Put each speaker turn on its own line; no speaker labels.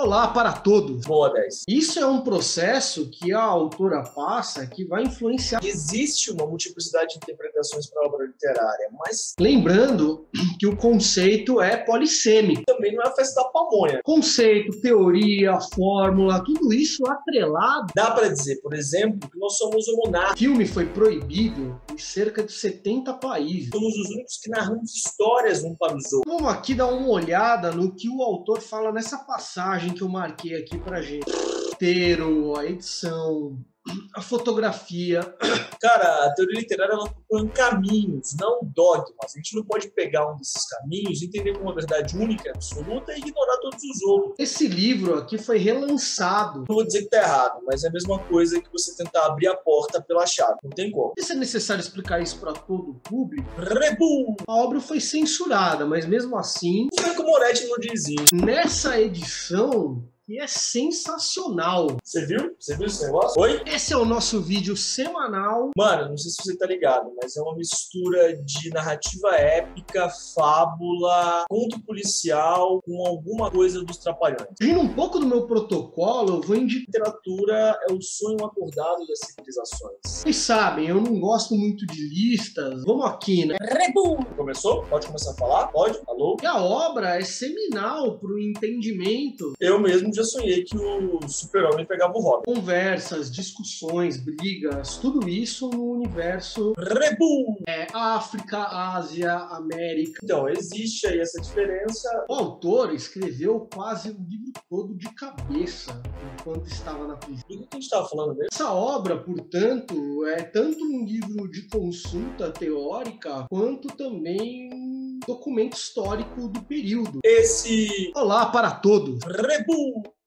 Olá para todos.
Todas.
Isso é um processo que a autora passa que vai influenciar.
Existe uma multiplicidade de interpretações para a obra literária, mas
Lembrando que o conceito é polissêmico.
também não é a festa da pamonha.
Conceito, teoria, fórmula, tudo isso atrelado.
Dá para dizer, por exemplo, que nós somos o monarca.
O filme foi proibido em cerca de 70 países.
Somos os únicos que narramos histórias um para os outros.
Vamos aqui dar uma olhada no que o autor fala nessa passagem que eu marquei aqui pra gente. O roteiro, a edição, a fotografia.
Cara, a teoria literária ela propõe caminhos, não dogmas. A gente não pode pegar um desses caminhos, entender como uma verdade única, absoluta e ignorar todos os outros.
Esse livro aqui foi relançado.
Não vou dizer que tá errado, mas é a mesma coisa que você tentar abrir a porta pela chave. Não tem como.
Não sei se é necessário explicar isso pra todo o público.
Rebum!
A obra foi censurada, mas mesmo assim,
O Franco Moretti não desiste.
nessa edição que é sensacional.
Você viu? Você viu esse negócio? Oi?
Esse é o nosso vídeo semanal.
Mano, não sei se você tá ligado, mas é uma mistura de narrativa épica, fábula, conto policial com alguma coisa dos trapalhões.
Vindo um pouco do meu protocolo, eu vou indicar.
Literatura é o sonho acordado das civilizações.
Vocês sabem, eu não gosto muito de listas. Vamos aqui, né?
Começou? Pode começar a falar? Pode? Alô?
E a obra é seminal para o entendimento.
Eu mesmo já sonhei que o super-homem pegava o Robin.
Conversas, discussões, brigas, tudo isso no universo
Rebum!
é, África, Ásia, América.
Então, existe aí essa diferença.
O autor escreveu quase o livro todo de cabeça enquanto estava na prisão.
Do que a gente tava falando mesmo?
Essa obra, portanto, é tanto um livro de consulta teórica quanto também um documento histórico do período.
Esse
Olá para todos!
Rebum!